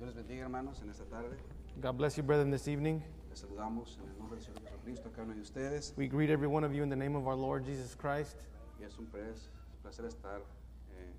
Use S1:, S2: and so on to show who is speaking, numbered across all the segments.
S1: bendiga, hermanos, en esta tarde.
S2: God bless you, brethren, this evening.
S1: Les saludamos en el nombre del Señor Jesucristo a cada uno de ustedes.
S2: We greet every one of you in the name of our Lord Jesus Christ.
S1: Y es un pres- placer estar eh,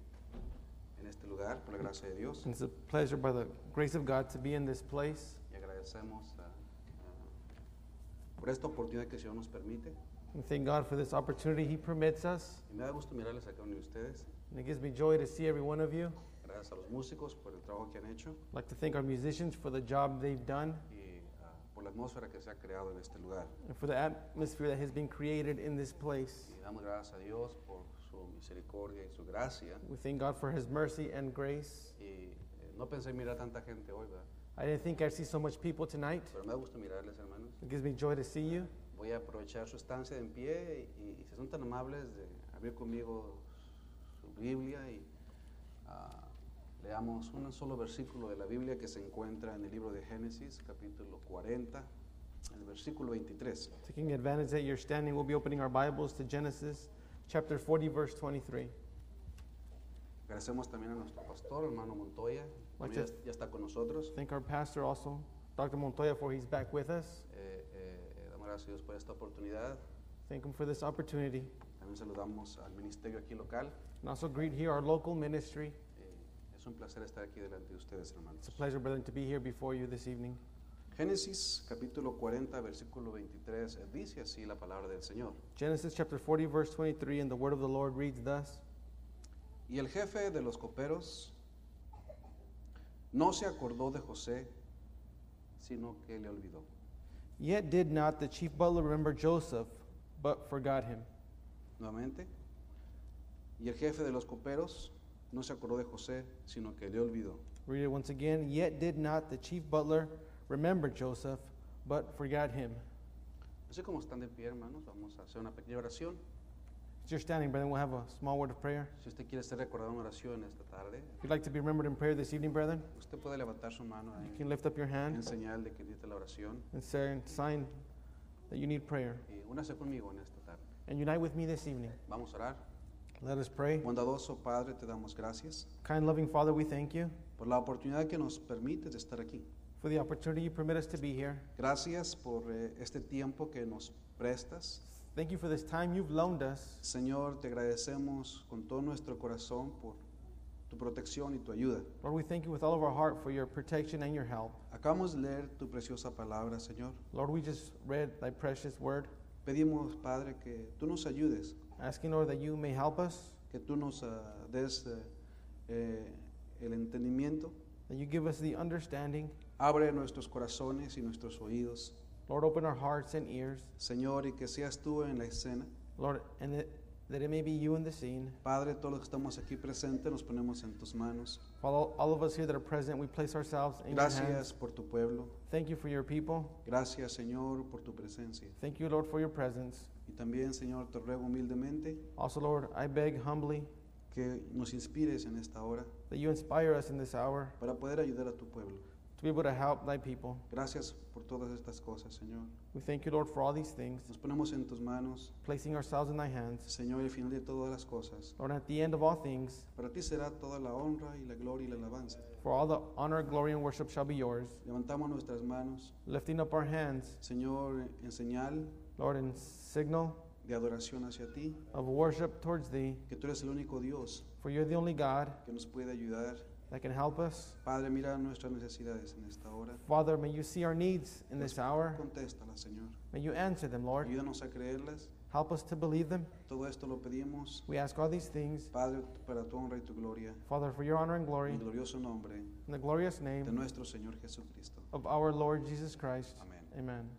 S1: en este lugar, por la gracia de Dios.
S2: And It's a pleasure, by the grace of God, to be in this place.
S1: Y agradecemos a- a- por esta oportunidad que el Señor nos permite.
S2: We thank God for this opportunity He permits us.
S1: Y me da gusto mirarles a cada uno de ustedes.
S2: And it gives me joy to see every one of you.
S1: Gracias a los músicos por el trabajo que han hecho
S2: I'd like to thank our musicians for the job they've done
S1: y ah, por la atmósfera que se ha creado en este lugar.
S2: and for the atmosphere that has been created in this place.
S1: Y damos gracias a Dios por su misericordia y su gracia.
S2: We thank God for His mercy and grace.
S1: Y eh, no pensé mirar tanta gente hoy, ¿verdad?
S2: I didn't think I'd see so much people tonight.
S1: Pero me da gusto mirarles, hermanos.
S2: It gives me joy to see you.
S1: Voy a aprovechar su estancia en pie y, y si son tan amables de abrir conmigo su Biblia y ah, leamos un solo versículo de la Biblia que se encuentra en el libro de Génesis, capítulo 40, el versículo 23.
S2: Taking advantage that you're standing, we'll be opening our Bibles to Genesis chapter 40, verse 23.
S1: Agradecemos también a nuestro pastor, hermano Montoya, también
S2: Muchas-
S1: ya, ya está con nosotros.
S2: Thank our pastor also, Dr. Montoya, for he's back with us.
S1: Eh, eh, eh, damos gracias a Dios por esta oportunidad.
S2: Thank him for this opportunity.
S1: También saludamos al ministerio aquí local.
S2: And also greet here our local ministry.
S1: Eh, es un placer estar aquí delante de ustedes, hermanos.
S2: It's a pleasure, brethren, to be here before you this evening.
S1: Génesis capítulo 40, versículo 23, eh, dice así la palabra del Señor.
S2: Genesis chapter 40, verse 23, and the word of the Lord reads thus
S1: Y el jefe de los coperos no se acordó de José, sino que le olvidó.
S2: Yet did not the chief butler remember Joseph, but forgot him.
S1: Nuevamente, y el jefe de los coperos no se acordó de José, sino que le olvidó.
S2: Read it once again. Yet did not the chief butler remember Joseph, but forgot him.
S1: Así como están de pie, hermanos, vamos a hacer una pequeña oración.
S2: As you're standing, brethren, we'll have a small word of prayer.
S1: Si usted quiere ser recordado en oración esta tarde,
S2: If you'd like to be remembered in prayer this evening, brethren,
S1: usted puede levantar su mano
S2: you
S1: ahí,
S2: can lift up your
S1: en
S2: hand
S1: señal de que necesita la oración.
S2: and say, sign that you need prayer.
S1: Y únase conmigo en esta tarde.
S2: And unite with me this evening.
S1: Vamos a orar.
S2: Let us pray.
S1: Bondadoso Padre, te damos gracias
S2: Kind, loving Father, we thank you
S1: por la oportunidad que nos permites de estar aquí.
S2: for the opportunity you permit us to be here.
S1: Gracias por eh, este tiempo que nos prestas.
S2: Thank you for this time you've loaned us.
S1: Señor, te agradecemos con todo nuestro corazón por tu protección y tu ayuda.
S2: Lord, we thank you with all of our heart for your protection and your help.
S1: Acabamos de leer tu preciosa palabra, Señor.
S2: Lord, we just read thy precious word,
S1: Pedimos, Padre, que tú nos ayudes,
S2: asking, Lord, that you may help us,
S1: que tú nos ah, des eh, eh, el entendimiento.
S2: that you give us the understanding.
S1: Abre nuestros corazones y nuestros oídos,
S2: Lord, open our hearts and ears.
S1: Señor, y que seas tú en la escena.
S2: Lord, and that, that it may be you in the scene.
S1: Padre, todos los que estamos aquí presentes nos ponemos en tus manos.
S2: For all, all of us here that are present, we place ourselves in your hands.
S1: Gracias por tu pueblo.
S2: Thank you for your people.
S1: Gracias, Señor, por tu presencia.
S2: Thank you, Lord, for your presence.
S1: Y también, Señor, te ruego humildemente
S2: Also, Lord, I beg humbly
S1: que nos inspires en esta hora
S2: that you inspire us in this hour
S1: para poder ayudar a tu pueblo.
S2: to be able to help thy people.
S1: Gracias por todas estas cosas, Señor.
S2: We thank you, Lord, for all these things,
S1: Nos ponemos en tus manos,
S2: placing ourselves in thy hands.
S1: Señor, y al final de todas las cosas.
S2: Lord, at the end of all things,
S1: Para ti será toda la honra y la gloria y la alabanza.
S2: for all the honor, glory, and worship shall be yours.
S1: Levantamos nuestras manos,
S2: Lifting up our hands,
S1: Señor, en señal
S2: Lord, in signal
S1: de adoración hacia ti,
S2: of worship towards thee,
S1: que tú eres el único Dios
S2: for you're the only God
S1: que nos puede ayudar.
S2: that can help us.
S1: Padre, mira nuestras necesidades en esta hora.
S2: Father, may you see our needs in this hour.
S1: Contéstalas, Señor.
S2: May you answer them, Lord.
S1: Ayúdanos a creerlas.
S2: Help us to believe them.
S1: Todo esto lo pedimos,
S2: We ask all these things,
S1: Padre, para tu honra y tu gloria.
S2: Father, for your honor and
S1: En
S2: glory,
S1: el glorioso nombre
S2: in the glorious
S1: de
S2: name
S1: nuestro Señor Jesucristo.
S2: of our Lord Jesus Christ.
S1: Amén.
S2: Amen.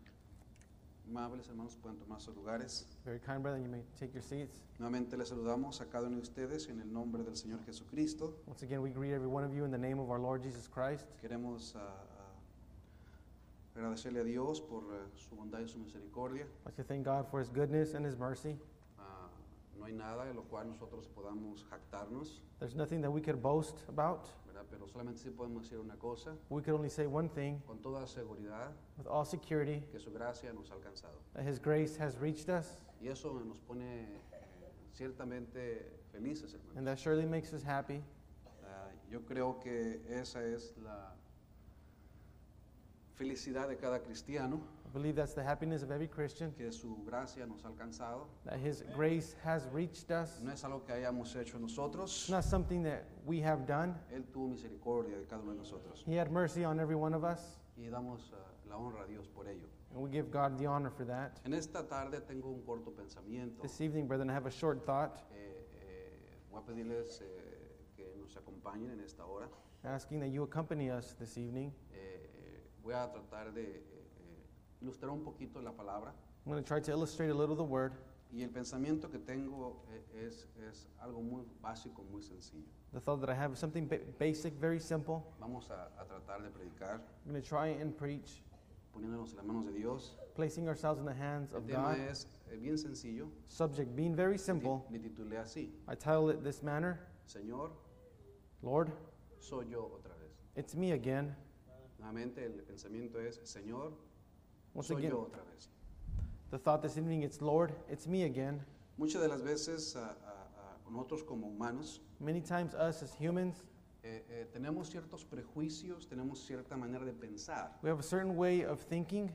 S1: Amables hermanos, pueden tomar sus lugares.
S2: Very kind, brethren, you may take your seats.
S1: Nuevamente les saludamos a cada uno de ustedes en el nombre del Señor Jesucristo.
S2: Once again, we greet every one of you in the name of our Lord Jesus Christ.
S1: Queremos ah, ah, agradecerle a Dios por eh, su bondad y su misericordia.
S2: I'd like to thank God for His goodness and His mercy.
S1: Ah, no hay nada de lo cual nosotros podamos jactarnos,
S2: There's nothing that we could boast about.
S1: ¿verdad? Pero solamente sí podemos decir una cosa,
S2: We could only say one thing
S1: con toda seguridad,
S2: with all security
S1: que su gracia nos ha alcanzado.
S2: that His grace has reached us,
S1: Y eso nos pone eh, ciertamente felices, hermano.
S2: and that surely makes us happy.
S1: Ah, yo creo que esa es la, felicidad de cada cristiano,
S2: I believe that's the happiness of every Christian,
S1: que su gracia nos ha alcanzado.
S2: that His grace has reached us.
S1: No es algo que hayamos hecho
S2: It's
S1: nosotros.
S2: not something that we have done.
S1: Él tuvo misericordia de cada uno de nosotros.
S2: He had mercy on every one of us,
S1: Y damos ah, la honra a Dios por ello.
S2: and we give God the honor for that.
S1: En esta tarde tengo un corto pensamiento.
S2: This evening, brethren, I have a short thought
S1: Eh, eh, voy a pedirles eh, que nos acompañen en esta hora.
S2: asking that you accompany us this evening.
S1: Eh, eh, voy a tratar de eh, eh, ilustrar un poquito la palabra.
S2: I'm going to try to illustrate a little the word.
S1: Y el pensamiento que tengo eh, es, es algo muy básico, muy sencillo.
S2: The thought that I have is something ba- basic, very simple.
S1: Vamos a, a tratar de predicar
S2: I'm going to try and preach,
S1: poniéndonos en las manos de Dios.
S2: placing ourselves in the hands
S1: El
S2: of
S1: tema
S2: God.
S1: es eh, bien sencillo.
S2: Subject being very simple,
S1: Le titulé así,
S2: I title it this manner
S1: Señor,
S2: Lord,
S1: soy yo otra vez.
S2: it's me again.
S1: Nuevamente el pensamiento es, Señor,
S2: Once
S1: soy
S2: again,
S1: yo otra vez.
S2: the thought this evening, it's Lord, it's me again.
S1: Muchas de las veces a- a- a nosotros como humanos
S2: Many times, us as humans,
S1: eh, eh, tenemos ciertos prejuicios, tenemos cierta manera de pensar.
S2: we have a certain way of thinking.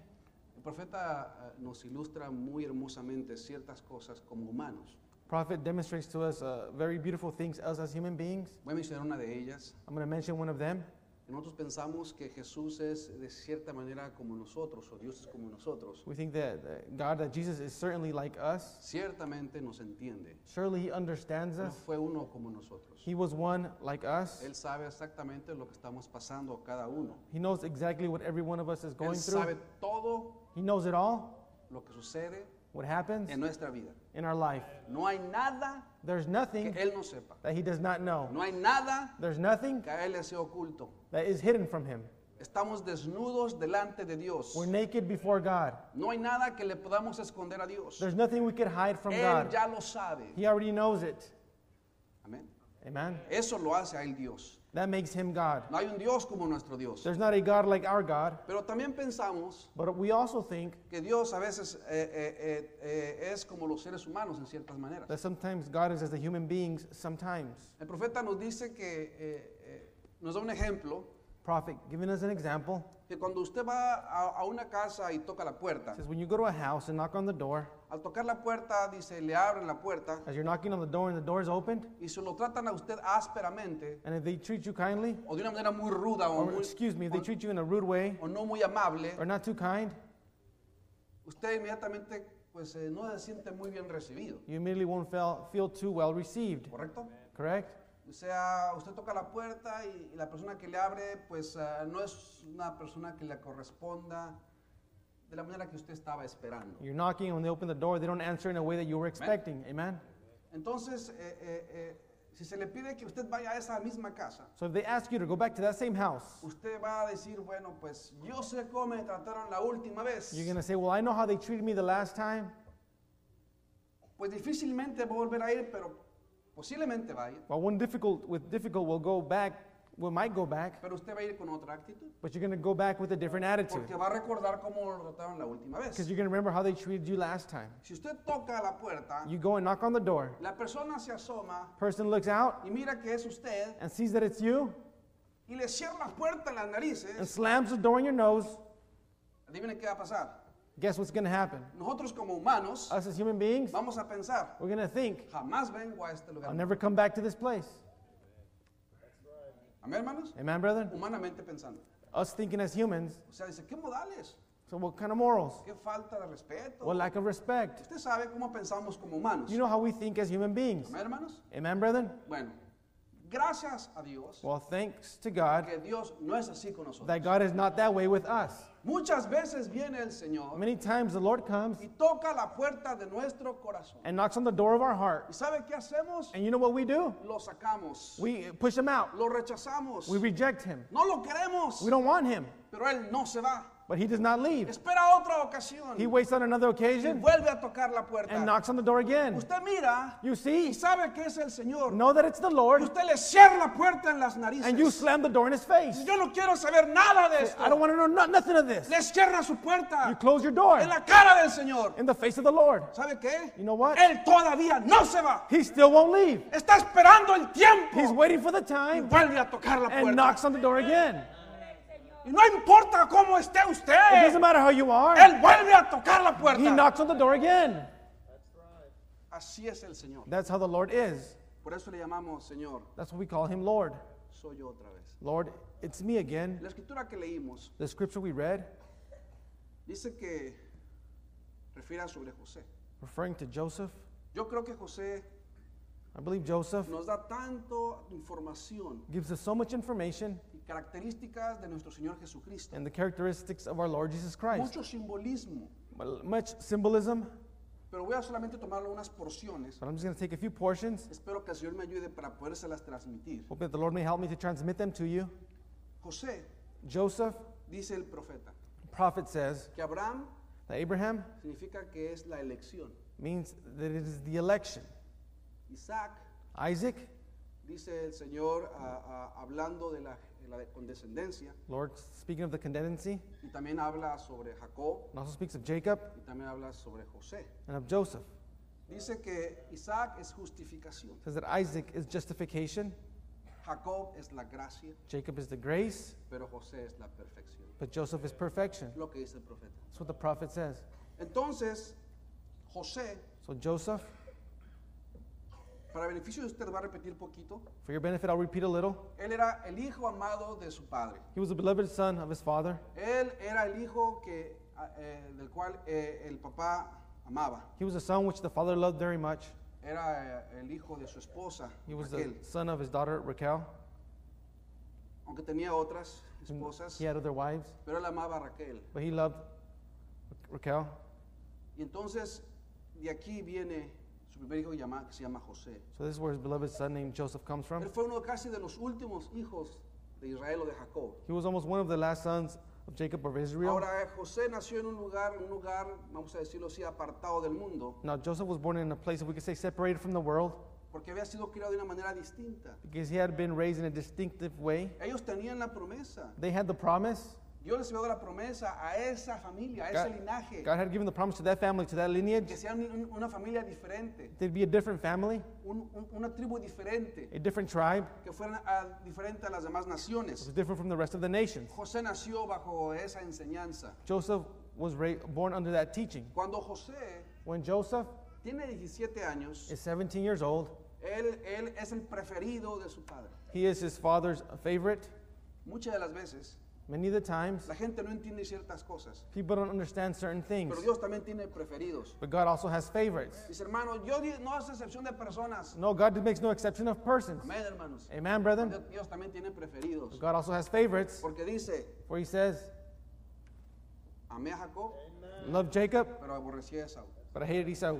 S1: El profeta eh, nos ilustra muy hermosamente ciertas cosas como humanos.
S2: Prophet demonstrates to us uh, very beautiful things, us as human beings.
S1: Voy a mencionar una de ellas.
S2: I'm going to mention one of them.
S1: Nosotros pensamos que Jesús es de cierta manera como nosotros, o Dios es como nosotros.
S2: We think that uh, God, that Jesus is certainly like us.
S1: Ciertamente nos entiende.
S2: Surely He understands
S1: No
S2: us.
S1: fue uno como nosotros.
S2: He was one like us.
S1: Él sabe exactamente lo que estamos pasando cada uno.
S2: He knows exactly what every one of us is going
S1: Él sabe
S2: through.
S1: todo
S2: He knows it all,
S1: lo que sucede
S2: what happens
S1: en nuestra vida.
S2: in our life.
S1: No hay nada
S2: There's
S1: que
S2: nothing
S1: Él no sepa.
S2: that He does not know,
S1: No hay nada
S2: there's nothing
S1: que a Él le sea oculto.
S2: that is hidden from Him.
S1: Estamos desnudos delante de Dios.
S2: We're naked before God.
S1: No hay nada que le podamos esconder a Dios.
S2: There's nothing we could hide from
S1: Él
S2: God.
S1: ya lo sabe.
S2: He already knows it.
S1: Amén.
S2: Amen.
S1: Eso lo hace a Él Dios.
S2: That makes Him God.
S1: No hay un Dios como nuestro Dios.
S2: There's not a God like our God,
S1: Pero también pensamos
S2: but we also think
S1: que Dios a veces eh, eh, eh, eh, es como los seres humanos en ciertas maneras.
S2: that sometimes God is as the human beings sometimes.
S1: El profeta nos dice que, eh, eh, nos da un ejemplo,
S2: Prophet giving us an example
S1: que cuando usted va a, a una casa y toca la puerta,
S2: says when you go to a house and knock on the door,
S1: al tocar la puerta, dice, le abren la puerta
S2: as you're knocking on the door and the door is opened,
S1: y se lo tratan a usted ásperamente
S2: and if they treat you kindly,
S1: o de una manera muy ruda o,
S2: or
S1: muy-
S2: Oh, excuse me, if they
S1: o-
S2: treat you in a rude way
S1: o no muy amable,
S2: or not too kind,
S1: usted inmediatamente pues eh, no se siente muy bien recibido,
S2: you immediately won't feel, feel too well received.
S1: ¿correcto?
S2: Correct?
S1: O sea, usted toca la puerta y, y la persona que le abre pues ah, no es una persona que le corresponda de la manera que usted estaba esperando.
S2: You're knocking, and when they open the door, they don't answer in a way that you were expecting. Amen?
S1: Entonces, eh, eh, eh, si se le pide que usted vaya a esa misma casa,
S2: So if they ask you to go back to that same house,
S1: usted va a decir, bueno, pues yo sé cómo me trataron la última vez.
S2: you're going to say, Well, I know how they treated me the last time.
S1: Pues difícilmente va a volver a ir, pero posiblemente vaya.
S2: Well, one difficult with difficult will go back, we might go back,
S1: Pero usted va a ir con otra actitud.
S2: but you're going to go back with a different attitude
S1: Porque va a recordar cómo lo trataron la última
S2: because
S1: vez.
S2: you're going to remember how they treated you last time.
S1: Si usted toca la puerta,
S2: You go and knock on the door.
S1: la persona se asoma
S2: Person looks out
S1: y mira que es usted
S2: and sees that it's you
S1: y le cierra la puerta en las
S2: and
S1: narices.
S2: slams the door in your nose.
S1: Adivinen qué va a pasar.
S2: Guess what's going to happen?
S1: Nosotros como humanos
S2: Us as human beings,
S1: vamos a pensar,
S2: we're going to think,
S1: jamás vengo a este lugar.
S2: I'll never come back to this place.
S1: Amén, hermanos.
S2: Amen, brethren?
S1: Humanamente pensando.
S2: Us thinking as humans,
S1: O sea, dice, ¿qué modales?
S2: so what kind of morals?
S1: ¿Qué falta de respeto?
S2: What lack of respect?
S1: Usted sabe cómo pensamos como humanos.
S2: You know how we think as human beings.
S1: Amén, hermanos.
S2: Amen, brethren?
S1: Bueno, gracias a Dios
S2: Well, thanks to God
S1: que Dios no es así con nosotros.
S2: that God is not that way with us.
S1: Muchas veces viene el Señor
S2: Many times the Lord comes
S1: y toca la puerta de nuestro corazón.
S2: and knocks on the door of our
S1: ¿Y
S2: heart.
S1: sabe qué hacemos?
S2: And you know what we do?
S1: Lo sacamos,
S2: We push him out.
S1: lo rechazamos,
S2: We reject him.
S1: no lo queremos,
S2: We don't want him,
S1: pero Él no se va.
S2: but he does not leave.
S1: Espera otra ocasión
S2: He waits on another
S1: y
S2: occasion
S1: vuelve a tocar la
S2: and
S1: puerta.
S2: knocks on the door again.
S1: Usted mira
S2: You
S1: y
S2: see,
S1: sabe que es el Señor.
S2: know that it's the
S1: Y
S2: Lord,
S1: usted le cierra la puerta en las
S2: and you
S1: narices.
S2: slam the door in his face.
S1: Yo no quiero saber nada de
S2: I don't
S1: esto.
S2: want to know no- nothing of this.
S1: Le cierra su
S2: You
S1: puerta
S2: close your door
S1: en la cara del Señor.
S2: in the face of the Lord.
S1: ¿Sabe qué?
S2: You know what?
S1: Él todavía no se va.
S2: He still won't leave.
S1: Está esperando el
S2: He's
S1: tiempo.
S2: waiting for the
S1: Y
S2: time
S1: vuelve a tocar la
S2: and
S1: puerta.
S2: knocks on the door again.
S3: Y no importa cómo esté
S2: It
S3: usted,
S2: doesn't matter how you are.
S3: Él vuelve a tocar la
S2: He
S3: puerta.
S2: knocks on the door again.
S1: Así es el Señor.
S2: That's how the Lord is.
S1: Por eso le llamamos Señor,
S2: That's what we call him Lord.
S1: soy yo otra vez.
S2: Lord, it's me again.
S1: La escritura que leímos
S2: The scripture we read,
S1: dice que refiere sobre José.
S2: referring to Joseph,
S1: Yo creo que José
S2: I believe Joseph
S1: nos da tanto información
S2: gives us so much information
S1: y características de nuestro Señor Jesucristo.
S2: and the characteristics of our Lord Jesus Christ.
S1: Mucho simbolismo,
S2: Much symbolism,
S1: pero voy a solamente tomarlo unas porciones.
S2: but I'm just going to take a few portions.
S1: Espero que el Señor me ayude para podérselas transmitir.
S2: Hope that the Lord may help me to transmit them to you.
S1: José,
S2: Joseph,
S1: dice el profeta,
S2: prophet says
S1: que Abraham
S2: that Abraham
S1: significa que es la elección.
S2: means that it is the election.
S1: Isaac,
S2: Isaac,
S1: dice el Señor a- a- hablando de la, de la condescendencia,
S2: Lord, speaking of the condendency,
S1: y también habla sobre Jacob,
S2: and also speaks of Jacob
S1: y también habla sobre José.
S2: and of Joseph.
S1: Dice que Isaac es justificación,
S2: Says that Isaac is justification,
S1: Jacob es la gracia,
S2: Jacob is the grace,
S1: pero José es la perfección.
S2: but Joseph is perfection.
S1: Es lo que dice el profeta.
S2: That's what the prophet says.
S1: Entonces, José,
S2: So, Joseph,
S1: para beneficio de usted, va a repetir poquito.
S2: for your benefit, I'll repeat a little.
S1: Él era el hijo amado de su padre.
S2: He was a beloved son of his father.
S1: Él era el hijo que, a- eh, del cual eh, el papá amaba.
S2: He was a son which the father loved very much.
S1: Era eh, el hijo de su esposa,
S2: He was
S1: Raquel.
S2: the son of his daughter Raquel.
S1: Aunque tenía otras
S2: and
S1: esposas,
S2: He had other wives,
S1: pero él amaba a Raquel.
S2: but he loved Raquel.
S1: Y entonces, de aquí viene su primer hijo llama- que se llama José.
S2: So this is where his beloved son named Joseph comes from.
S1: Él fue uno casi de los últimos hijos de Israel o de Jacob.
S2: He was almost one of the last sons of Jacob of Israel.
S1: Ahora, eh, José nació en un lugar, un lugar, vamos a decirlo así, apartado del mundo,
S2: Now Joseph was born in a place that we could say separated from the world
S1: porque había sido criado de una manera distinta.
S2: because he had been raised in a distinctive way.
S1: Ellos tenían la promesa.
S2: They had the promise.
S1: Dios les había dado la promesa a esa familia, a ese linaje,
S2: God had given the promise to that family, to that lineage.
S1: que sean un- una familia diferente,
S2: They'd be a different family,
S1: un- un- una tribu diferente,
S2: a different tribe,
S1: que fueran a- diferente a las demás
S2: which
S1: naciones.
S2: was different from the rest of the nations.
S1: José nació bajo esa enseñanza.
S2: Joseph was ra- born under that teaching.
S1: Cuando José
S2: When Joseph
S1: tiene 17 años,
S2: is 17 years old,
S1: él, él es el preferido de su padre.
S2: he is his father's favorite.
S1: Muchas de las veces
S2: Many of the times,
S1: la gente no entiende ciertas cosas,
S2: people don't understand certain things,
S1: pero Dios también tiene preferidos.
S2: but God also has favorites.
S1: Mis hermanos, Dios di- no hace excepción de personas.
S2: No, God makes no exception of persons.
S1: Amén, hermanos.
S2: Amen, brethren.
S1: Dios, Dios también tiene preferidos.
S2: God also has favorites,
S1: Porque dice,
S2: for he says,
S1: amé a Jacob,
S2: Love Jacob,
S1: pero aborrecí a Esaú.
S2: but I hated Esau.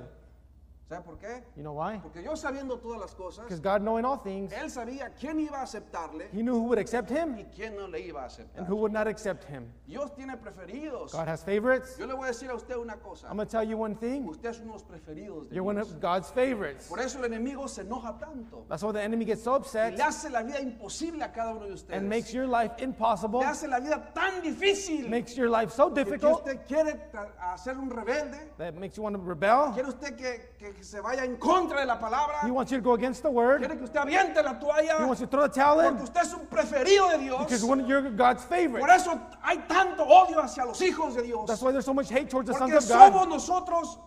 S1: ¿Sabe por qué?
S2: You know why?
S1: Porque yo sabiendo todas las cosas,
S2: Because God, knowing all things,
S1: él sabía quién iba a aceptarle
S2: he knew who would accept him
S1: y quién no le iba a aceptar.
S2: and who would not accept him.
S1: Dios tiene preferidos.
S2: God has favorites.
S1: Yo le voy a decir a usted una cosa.
S2: I'm going to tell you one thing
S1: Usted es uno de los preferidos de
S2: you're one
S1: Dios.
S2: of God's favorites.
S1: Por eso el enemigo se enoja tanto.
S2: That's why the enemy gets so
S1: Y
S2: upset
S1: le hace la vida imposible a cada uno de
S2: and makes
S1: ustedes.
S2: your life impossible,
S1: Le hace la vida tan difícil.
S2: makes your life so
S1: que
S2: difficult
S1: usted quiere tra- hacer un rebelde.
S2: that makes you want to rebel.
S1: Quiere usted que, que- que se vaya en contra de la palabra.
S2: He wants you to go against the word.
S1: Quiere que usted aviente la toalla.
S2: He wants you to throw the towel in
S1: Porque usted es un preferido de Dios.
S2: because one, you're God's
S1: Por
S2: favorite.
S1: eso hay tanto odio hacia los hijos de Dios.
S2: That's why there's so much hate towards the sons
S1: Porque
S2: of God
S1: somos nosotros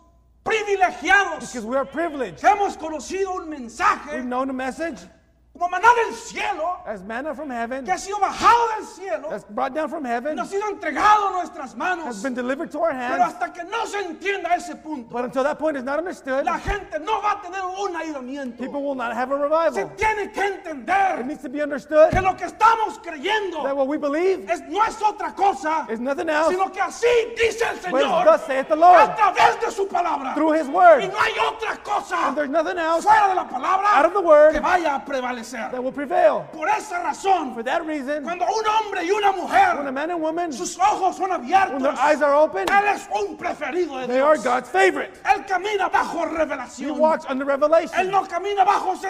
S1: privilegiados.
S2: because we are privileged.
S1: Que hemos conocido un mensaje
S2: We've known a message
S1: como maná del cielo.
S2: as manna from heaven
S1: Que ha sido bajado del cielo.
S2: that's brought down from heaven,
S1: Nos ha sido entregado a nuestras
S2: has
S1: manos.
S2: been delivered to our
S1: Pero
S2: hands.
S1: hasta que no se entienda ese punto,
S2: But until that point is not understood,
S1: la gente no va a tener un ayudamiento.
S2: people will not have a
S1: Se
S2: revival.
S1: tiene que
S2: It
S1: entender
S2: needs to be understood
S3: Que
S2: that
S3: lo que estamos creyendo
S2: what we believe
S3: es, no es otra cosa,
S2: is nothing else
S3: sino que así dice el
S2: but it's
S3: Señor
S2: thus saith the Lord
S3: a través de su palabra.
S2: through His
S3: Y
S2: word.
S3: no hay otra cosa
S2: There's nothing else
S3: fuera de la
S2: out of
S3: palabra
S2: the
S3: que
S2: word
S3: vaya a prevalecer.
S2: that will prevail.
S3: Por esa razón,
S2: For that reason,
S3: cuando un hombre y una
S2: when a
S3: mujer,
S2: man and woman,
S3: sus ojos son
S2: when their
S3: abiertos,
S2: eyes are open,
S3: él es un preferido de
S2: they are
S3: Dios.
S2: God's favorite.
S3: Él camina bajo
S2: He
S3: revelación.
S2: walks under
S3: Él
S2: revelation,
S3: no camina bajo
S2: not under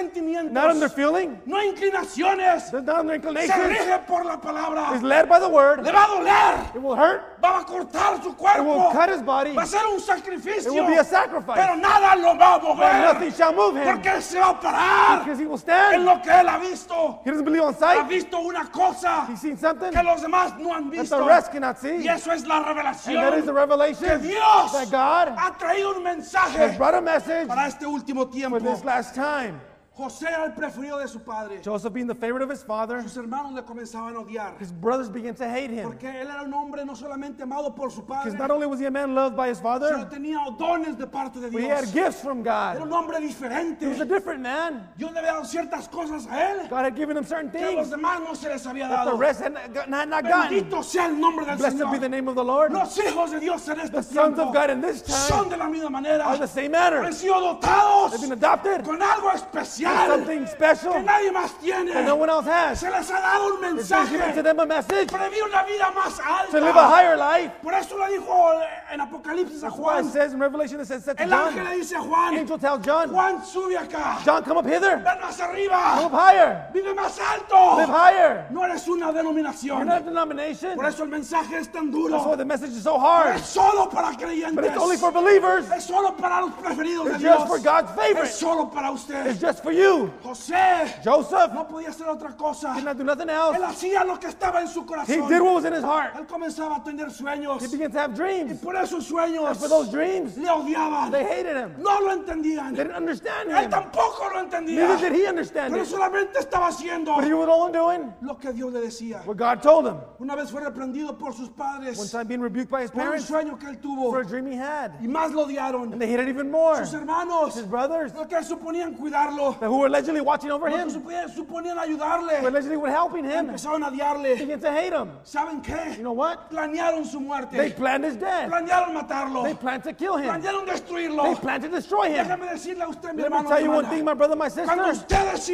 S3: sentimientos,
S2: feeling,
S3: no
S1: inclinaciones
S2: The down
S1: se
S2: inclination
S1: rige por la palabra.
S2: is led by the word.
S1: Le va a doler.
S2: It will hurt.
S1: Va a cortar su
S2: It will
S1: cuerpo.
S2: cut his body.
S1: Va a
S2: But
S1: ser un sacrificio.
S2: It will be a sacrifice.
S1: Pero nada lo va a mover.
S2: nothing shall move him
S1: Porque él se va a parar
S2: because he will
S1: en
S2: stand.
S1: lo que él ha visto.
S2: He doesn't believe on
S1: Ha
S2: sight.
S1: visto una cosa
S2: He's seen something
S1: que
S2: that
S1: los demás no han visto.
S2: the rest cannot see.
S1: Y eso es la
S2: And that is the
S1: revelación.
S2: revelation
S1: Que Dios
S2: that God
S1: ha traído un
S2: has
S1: mensaje
S2: brought a message
S1: para este último tiempo.
S2: for this last time.
S1: José era el preferido de su padre.
S2: Joseph being the favorite of his father,
S1: Sus hermanos le comenzaban a odiar.
S2: his brothers began to hate him.
S1: Porque él era un hombre no solamente amado por su padre,
S2: Because not only was he a man loved by his
S1: sino
S2: father,
S1: tenía dones de parte de
S2: but he had
S1: Dios.
S2: gifts from
S1: Era
S2: God.
S1: un hombre
S2: He was a
S1: diferente.
S2: different man.
S1: Dios le había dado ciertas cosas a él
S2: God had given him certain
S1: que a los
S2: things
S1: demás no se les había
S2: that the
S1: dado.
S2: rest had not, got- had not gotten.
S1: Bendito sea el nombre del
S2: Blessed be the
S1: Señor.
S2: name of the Lord.
S1: Los hijos de Dios en este
S2: The sons
S1: tiempo
S2: of God in this
S1: son
S2: time
S1: de la misma manera.
S2: are the same manner.
S1: Han sido dotados
S2: They've been adopted
S1: con algo
S2: with
S1: especial
S2: something special
S1: que
S2: that
S1: nadie más tiene.
S2: no one else has.
S1: Se les ha dado un
S2: It's been given to
S1: mensaje
S2: them a message
S1: para vivir una vida más
S2: to live a
S1: alta.
S2: higher life.
S1: Por eso le dijo en Apocalipsis a
S2: Why it
S1: Juan.
S2: says in Revelation it says, said to
S1: El ángel
S2: John,
S1: le dice a
S2: the
S1: Juan,
S2: angel tells John,
S1: Juan sube acá,
S2: John, come up hither,
S1: ven más arriba,
S2: come up higher,
S1: vive más
S2: live
S1: alto.
S2: higher.
S1: No eres una
S2: You're not a
S1: denominación.
S2: denomination.
S1: Por eso el mensaje es tan
S2: That's why
S1: duro.
S2: the message is so hard.
S1: Es solo para
S2: But
S1: creyentes.
S2: it's only for believers.
S1: Es solo para los preferidos de
S2: It's just for
S1: Dios.
S2: God's
S1: Es
S2: favorite.
S1: solo para
S2: It's
S1: usted.
S2: just for you.
S1: José
S2: Joseph
S1: no podía hacer otra cosa.
S2: did not do nothing
S1: Él
S2: else.
S1: hacía lo que estaba en su
S2: He
S1: corazón.
S2: did what was in his heart.
S1: Él comenzaba a tener sueños.
S2: He began to have dreams.
S1: Por esos sueños
S2: For those dreams,
S1: le odiaban.
S2: they hated him.
S1: No lo
S2: They
S1: entendían.
S2: didn't understand
S1: Él
S2: him.
S1: tampoco lo
S2: Neither
S1: entendía.
S2: did he understand
S1: Pero
S2: it.
S1: solamente estaba haciendo
S2: But he was all doing
S1: lo que Dios le decía.
S2: what God told him.
S1: Una vez fue reprendido por sus
S2: One
S1: padres
S2: time being rebuked by his
S1: por un
S2: parents
S1: sueño que él
S2: for a
S1: tuvo
S2: dream he had.
S1: y más lo odiaron.
S2: And they hated even more.
S1: Sus hermanos,
S2: His brothers,
S1: los que suponían cuidarlo,
S2: who were allegedly watching over
S1: los que
S2: him,
S1: suponían, suponían
S2: who
S1: ayudarle,
S2: allegedly were helping him,
S1: empezaron a odiarle.
S2: began to hate him.
S1: ¿Saben
S2: You
S1: qué?
S2: know what?
S1: Planearon su
S2: They
S1: muerte,
S2: planned his death.
S1: planearon matarlo,
S2: They planned to kill him.
S1: planearon
S2: They
S1: destruirlo.
S2: planned to destroy him.
S1: Déjame decirle a usted, mi
S2: Let me
S1: hermano,
S2: tell
S1: mi
S2: you one
S1: hermana,
S2: thing, my brother, my
S1: cuando
S2: sister.
S1: usted decide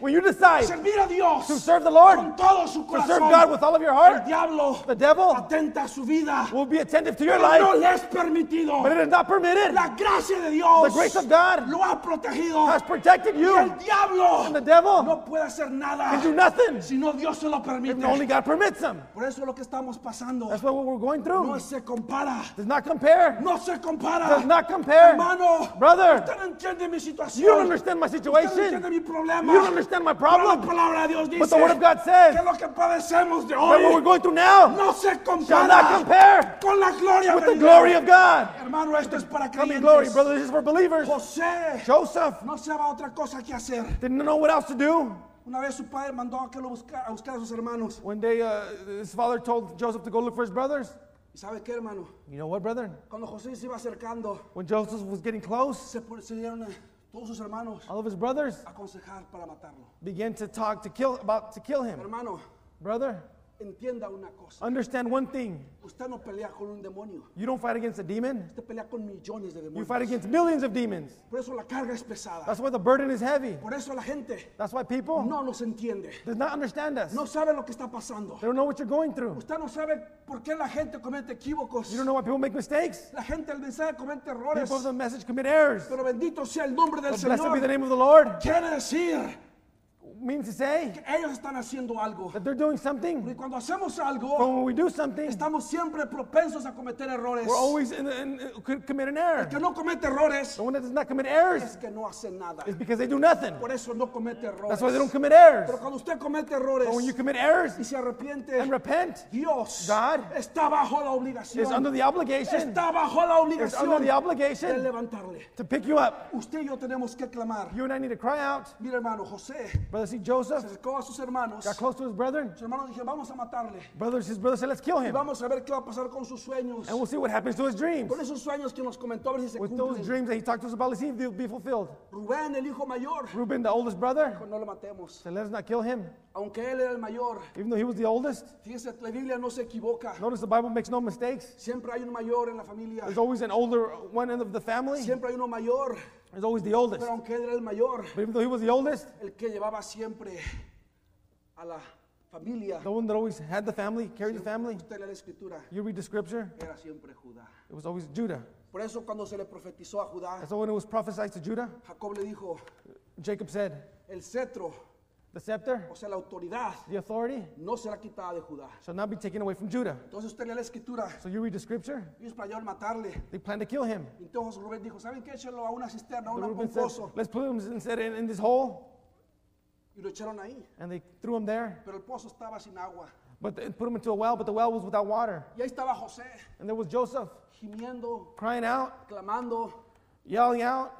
S2: When you decide
S1: servir a Dios
S2: to serve the Lord,
S1: con todo su
S2: to serve God
S1: corazón,
S2: with all of your
S1: el
S2: heart,
S1: diablo
S2: the devil
S1: atenta a su vida.
S2: will be attentive to your
S1: No
S2: life,
S1: le es permitido.
S2: but it is not permitted.
S1: La gracia de Dios
S2: The grace of God
S1: lo ha protegido.
S2: has protected you.
S1: El diablo
S2: The devil
S1: no puede hacer nada
S2: can do nothing
S1: si no Dios se lo permite.
S2: if only God permits him.
S1: Por eso lo que estamos pasando
S2: That's what we're going
S1: no
S2: through.
S1: se compara.
S2: Does not compare.
S1: No se compara.
S2: Does not compare.
S1: Hermano,
S2: Brother,
S1: usted no entiende mi situación.
S2: you don't understand my
S1: Usted no
S2: situation.
S1: entiende mi problema.
S2: You don't understand my
S1: Pero la
S2: problem.
S1: palabra de Dios dice
S2: But the word of God says
S1: que lo que padecemos de
S2: that what we're
S1: hoy
S2: going through now
S1: no se
S2: shall not
S1: compara
S2: compare
S1: con la gloria
S2: with the
S1: venidera.
S2: glory of God.
S1: Hermano, esto es para
S2: Coming
S1: creyentes.
S2: glory, brother. This is for believers.
S1: José
S2: Joseph
S1: no se va a otra cosa que hacer.
S2: didn't know what else to do.
S1: Una vez su padre mandó a que lo busca- a buscar a sus hermanos.
S2: One day, uh, his father told Joseph to go look for his brothers.
S1: ¿Y sabe qué, hermano?
S2: You know what, brother?
S1: Cuando José se iba acercando,
S2: When Joseph was getting close,
S1: se, pu- se dieron eh, todos sus hermanos
S2: all of his brothers
S1: a aconsejar para matarlo.
S2: began to talk to kill about to kill him.
S1: Hermano,
S2: Brother,
S1: entienda una cosa.
S2: understand one thing:
S1: Usted no pelea con un demonio.
S2: you don't fight against a demon;
S1: Usted pelea con millones de
S2: you
S1: demonios.
S2: fight against millions of demons.
S1: Por eso la carga es pesada.
S2: That's why the burden is heavy.
S1: Por eso la gente
S2: That's why people
S1: no nos entiende.
S2: does not understand us.
S1: No sabe lo que está pasando.
S2: They don't know what you're going through.
S1: Usted no sabe por qué la gente comete equívocos.
S2: You don't know why people make mistakes.
S1: La gente al mensaje comete errores.
S2: People of the message commit errors.
S1: Pero bendito sea el nombre del
S2: But blessed be the
S1: Señor.
S2: name of the Lord.
S1: Quiere decir
S2: Means to say
S1: que ellos están haciendo algo.
S2: that they're doing something.
S1: Y cuando hacemos
S2: But
S1: algo,
S2: when we do something,
S1: estamos siempre propensos a cometer errores.
S2: we're always in, in, could commit an error.
S1: Que no comete errores
S2: The one that does not commit errors
S1: es que no hace nada.
S2: is because they do nothing.
S1: Por eso no comete errores.
S2: That's why they don't
S1: Pero
S2: commit errors.
S1: cuando usted comete errores
S2: But when you commit
S1: y
S2: errors
S1: se arrepiente,
S2: and repent,
S1: Dios
S2: God
S1: está bajo la
S2: is under
S1: obligación.
S2: the obligation.
S1: Está bajo la
S2: It's under
S1: obligación
S2: the
S1: de
S2: obligation
S1: levantarle.
S2: to pick you up.
S1: Usted y yo tenemos que clamar.
S2: You and I need to cry out.
S1: Mira, hermano, José
S2: Brother, see Joseph
S1: se acercó a sus hermanos.
S2: got
S1: Sus
S2: close to his brethren.
S1: hermanos dijeron, vamos a matarle.
S2: Brothers, his brother said, "Let's kill him,
S1: Vamos a ver qué va a pasar con sus sueños.
S2: and we'll see what happens to his dreams."
S1: Con esos sueños que nos comentó, a ver si se
S2: With those
S1: cumplen.
S2: dreams that he talked to us about, let's see if they'll be fulfilled.
S1: Rubén, el hijo mayor,
S2: Reuben, the oldest brother,
S1: no lo matemos.
S2: said, "Let us not kill him,
S1: Aunque él era el mayor,
S2: even though he was the oldest."
S1: fíjese, la Biblia no se equivoca.
S2: Notice the Bible makes no mistakes.
S1: Siempre hay un mayor en la familia.
S2: There's always an older one end of the family.
S1: Siempre hay uno mayor.
S2: There's always the oldest.
S1: Pero aunque él era el mayor,
S2: But even though he was the oldest,
S1: el que llevaba siempre a la familia,
S2: the one that always had the family, carried the family.
S1: usted lee la escritura,
S2: You read the scripture;
S1: era siempre Judá.
S2: it was always Judah.
S1: Por eso cuando se le profetizó a Judá,
S2: And so when it was prophesied to Judah,
S1: Jacob le dijo,
S2: Jacob said,
S1: el cetro
S2: The scepter,
S1: o sea, la autoridad,
S2: the authority,
S1: no será quitada de Judá.
S2: shall not be taken away from Judah.
S1: Entonces usted lee la escritura,
S2: So you read the scripture,
S1: ellos planearon matarle.
S2: they plan to kill him.
S1: Entonces Rubén dijo, ¿saben qué? Échenlo a una cisterna, a
S2: So
S1: una- a un
S2: Reuben said,
S1: pozo.
S2: Let's put him instead in, in this hole.
S1: Y lo echaron ahí.
S2: And they threw him there,
S1: Pero el pozo estaba sin agua.
S2: but they put him into a well, but the well was without water.
S1: Y ahí estaba José,
S2: And there was Joseph
S1: gimiendo,
S2: crying out,
S1: clamando
S2: yelling out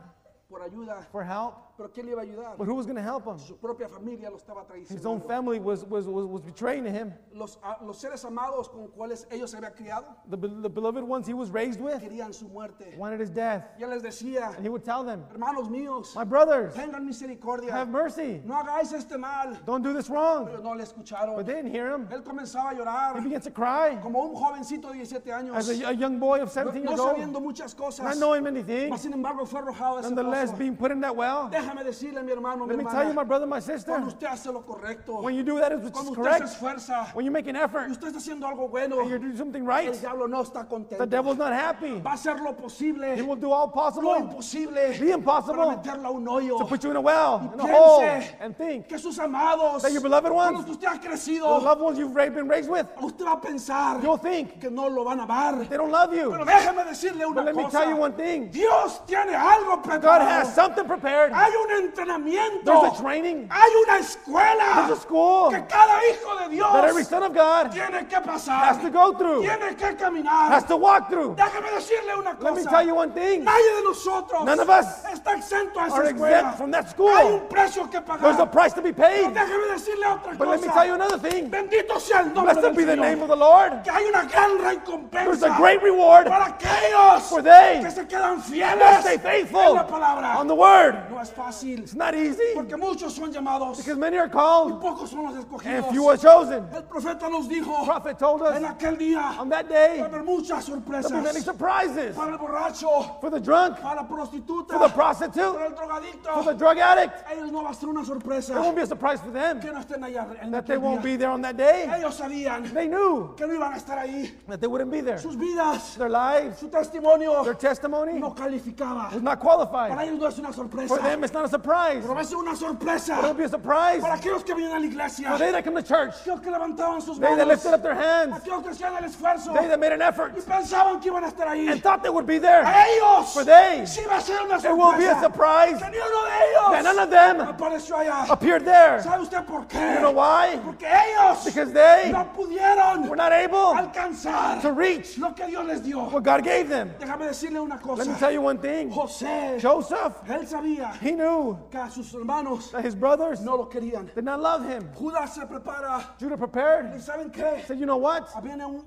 S1: por ayuda.
S2: for help.
S1: Pero ¿quién le iba a ayudar?
S2: But who was going to help him?
S1: Su propia familia lo estaba
S2: His own
S1: traicionando.
S2: family was, was, was, was betraying him.
S1: Los, a- los seres amados con cuales ellos se habían criado
S2: The, be- the beloved ones he was raised with
S1: querían su muerte.
S2: wanted his death.
S1: Ya les decía,
S2: And he would tell them,
S1: hermanos míos,
S2: My brothers,
S1: tengan misericordia.
S2: have mercy.
S1: No hagáis este mal.
S2: Don't do this wrong.
S1: Pero no le
S2: But
S1: escucharon.
S2: they didn't hear him.
S1: Él comenzaba a
S2: He
S1: llorar
S2: began to cry
S1: como un jovencito de 17 años,
S2: as a, a young boy of
S1: no,
S2: 17
S1: no
S2: years old,
S1: sabiendo muchas
S2: not
S1: cosas.
S2: knowing many things.
S1: Mas sin embargo fue arrojado a ese
S2: Nonetheless,
S1: pozo.
S2: being put in that well.
S1: Déjame decirle, mi hermano, mi
S2: Let me tell you, my
S1: hermana,
S2: brother, my
S1: cuando
S2: sister,
S1: usted hace lo correcto,
S2: when you do that, it's
S1: cuando usted se
S2: correct.
S1: esfuerza,
S2: When you make an
S1: y
S2: effort,
S1: usted está haciendo algo bueno,
S2: and you're doing something
S1: el
S2: right,
S1: diablo no está contento.
S2: the devil's not happy.
S1: Va a hacer lo posible,
S2: He will do all
S1: lo
S2: possible
S1: imposible,
S2: The impossible.
S1: para meterlo a un hoyo.
S2: to put you in a well, in a hole,
S1: Piense
S2: and think.
S1: que sus amados,
S2: That your beloved ones,
S1: cuando usted ha
S2: The
S1: crecido,
S2: loved ones you've ra- been raised with,
S1: usted va a pensar
S2: you'll think
S1: que no lo van a amar.
S2: they don't love
S1: Pero
S2: you.
S1: déjeme decirle una
S2: But let me
S1: cosa.
S2: tell you one thing
S1: Dios tiene algo
S2: God
S1: preparado.
S2: has something prepared.
S1: Hay un entrenamiento.
S2: There's a training,
S1: Hay una escuela
S2: there's a school
S1: que
S2: that
S1: cada hijo de Dios
S2: every son of God
S1: tiene que pasar,
S2: has to go through,
S1: tiene que caminar.
S2: has to walk through.
S1: Déjame decirle una cosa.
S2: Let me tell you one thing
S1: Nadie de nosotros
S2: None of us
S1: está exento a esa
S2: are
S1: escuela.
S2: exempt from that
S1: Hay un
S2: school.
S1: precio que pagar.
S2: There's a price to be paid.
S1: Déjame decirle otra
S2: But
S1: cosa.
S2: let me tell you another thing.
S1: Bendito sea el nombre del
S2: Blessed be the
S1: Señor.
S2: name of the Lord.
S1: que hay una gran recompensa
S2: There's a great reward
S1: para aquellos
S2: for they
S1: que se quedan
S2: that
S1: fieles
S2: stay
S1: en
S2: faithful
S1: la palabra.
S2: on the word.
S1: no es fácil,
S2: It's not easy
S1: porque muchos son llamados,
S2: because many are called
S1: pocos son los
S2: and
S1: escogidos.
S2: few are chosen.
S1: El profeta nos
S2: The
S1: dijo
S2: prophet told
S1: en
S2: us
S1: aquel día
S2: on that
S1: va
S2: day
S1: a haber muchas
S2: there'll be many
S1: sorpresas
S2: surprises
S1: para el borracho,
S2: for the drunk,
S1: para la prostituta,
S2: for the prostitute,
S1: para el drogadicto.
S2: for the drug addict.
S1: Ellos no va a ser una
S2: It
S1: sorpresa
S2: won't be a surprise for them
S1: que no estén allá en
S2: that they
S1: aquel
S2: won't
S1: día.
S2: be there on that day.
S1: Ellos sabían
S2: They knew
S1: que no iban a estar ahí.
S2: that they wouldn't be there.
S1: Sus vidas,
S2: Their lives,
S1: su testimonio
S2: their testimony
S1: no
S2: was
S1: calificaba. Para
S2: not qualified.
S1: ellos no es una sorpresa.
S2: For them, it's not a surprise.
S1: Pero va a ser una sorpresa
S2: It'll be a surprise
S1: para
S2: for
S1: aquellos que vienen a la iglesia.
S2: they that come to church,
S1: Aquellos que levantaban sus
S2: they
S1: manos.
S2: that lifted up their hands,
S1: Aquellos que hacían el esfuerzo.
S2: they that made an
S1: Y
S2: effort
S1: pensaban que iban a estar ahí.
S2: and thought they would be there.
S1: A ellos.
S2: For they,
S1: Sí va a ser una
S2: it will be a
S1: sorpresa.
S2: surprise
S1: Que ni uno de
S2: that none
S1: ellos
S2: of them
S1: apareció allá.
S2: appeared there.
S1: ¿Sabe usted por
S2: You know
S1: qué?
S2: why?
S1: Porque ellos
S2: Because they
S1: no pudieron
S2: were not able to
S1: alcanzar
S2: reach
S1: lo que Dios les dio.
S2: what God gave them.
S1: Déjame decirle una
S2: Let me
S1: cosa.
S2: tell you one thing
S1: José,
S2: Joseph,
S1: él sabía
S2: he knew
S1: que a sus hermanos
S2: that his brothers
S1: no lo querían.
S2: did not love him.
S1: Judas se prepara.
S2: Judah
S1: ¿Y
S2: prepared,
S1: saben qué?
S2: said, You know what?
S1: Viene un,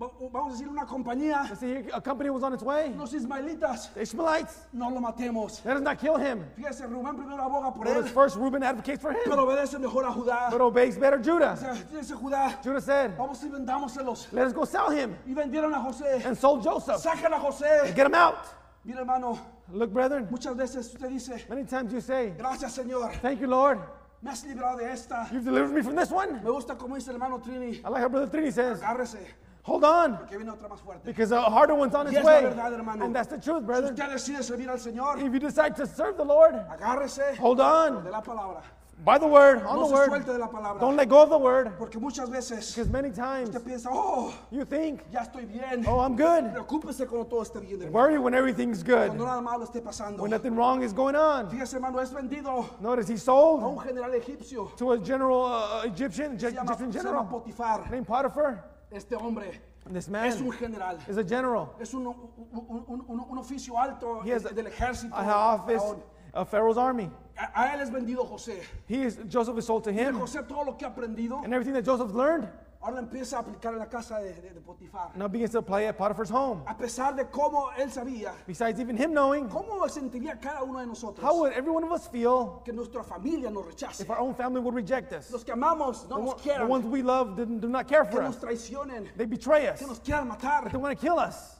S1: va- vamos a decir, una compañía.
S2: I see a company was on its way.
S1: Los ismaelitas,
S2: The Ishmaelites,
S1: no lo matemos.
S2: let us not kill him.
S1: Fíjese, Rubén primero aboga por
S2: Notice
S1: él,
S2: first, Reuben advocates for him,
S1: pero obedece mejor a Judá.
S2: but obeys better Judah.
S1: Dice Judá,
S2: Judah said,
S1: vamos y vendárselos.
S2: Let us go sell him
S1: Y vendieron a José.
S2: and sold Joseph.
S1: Sacan a José.
S2: Get him out.
S1: Mira, hermano,
S2: Look, brethren,
S1: muchas veces usted dice,
S2: many times you say,
S1: gracias, Señor,
S2: Thank you, Lord.
S1: me has librado de esta.
S2: You've delivered me from this one.
S1: Me gusta como dice el hermano Trini,
S2: I like how Brother Trini says,
S1: agárrese,
S2: Hold on,
S1: que viene otra más fuerte.
S2: because a harder one's on
S1: Y
S2: its
S1: es la
S2: way.
S1: verdad, hermano.
S2: And that's the truth,
S1: Si
S2: brethren.
S1: usted decide servir al Señor,
S2: If you decide to serve the Lord,
S1: agárrese
S2: hold
S1: de
S2: on
S1: la palabra.
S2: by the word, on
S1: No
S2: the
S1: se suelte
S2: word.
S1: de la palabra.
S2: Don't let go of the word,
S1: Porque muchas veces
S2: because many times
S1: usted piensa, oh,
S2: you think,
S1: ya estoy bien.
S2: Oh, I'm good.
S1: Preocúpese cuando todo esté bien, hermano.
S2: Worry when everything's good,
S1: Cuando nada malo esté pasando.
S2: when nothing wrong is going on.
S1: Fíjese, hermano, es vendido
S2: Notice he
S1: a un
S2: sold
S1: general egipcio.
S2: to a general uh, Egyptian, Egy-
S1: Se llama,
S2: Egyptian
S1: se llama
S2: general
S1: Potifar.
S2: named Potiphar.
S1: Este hombre
S2: And this
S1: es un
S2: man
S1: general.
S2: is a general.
S1: Es un, un- un- un- un oficio alto
S2: He has a-
S1: del ejército.
S2: A office
S1: faraón.
S2: of Pharaoh's army.
S1: A, a él es vendido José.
S2: He is Joseph is sold to him,
S1: José todo lo que ha aprendido,
S2: and everything that Joseph learned
S1: ahora empieza a aplicar en la casa de, de- de Potifar.
S2: now begins to play at Potiphar's home.
S1: A pesar de cómo él sabía,
S2: Besides even him knowing,
S1: cómo sentiría cada uno de nosotros
S2: how would every one of us feel
S1: que nuestra familia nos rechace.
S2: if our own family would reject us?
S1: Los que amamos no
S2: The
S1: nos
S2: one- The
S1: quieran,
S2: ones we love didn't, do not care
S1: que
S2: for
S1: nos
S2: us.
S1: traicionen,
S2: They betray us.
S1: que nos quieran matar.
S2: They want to kill us.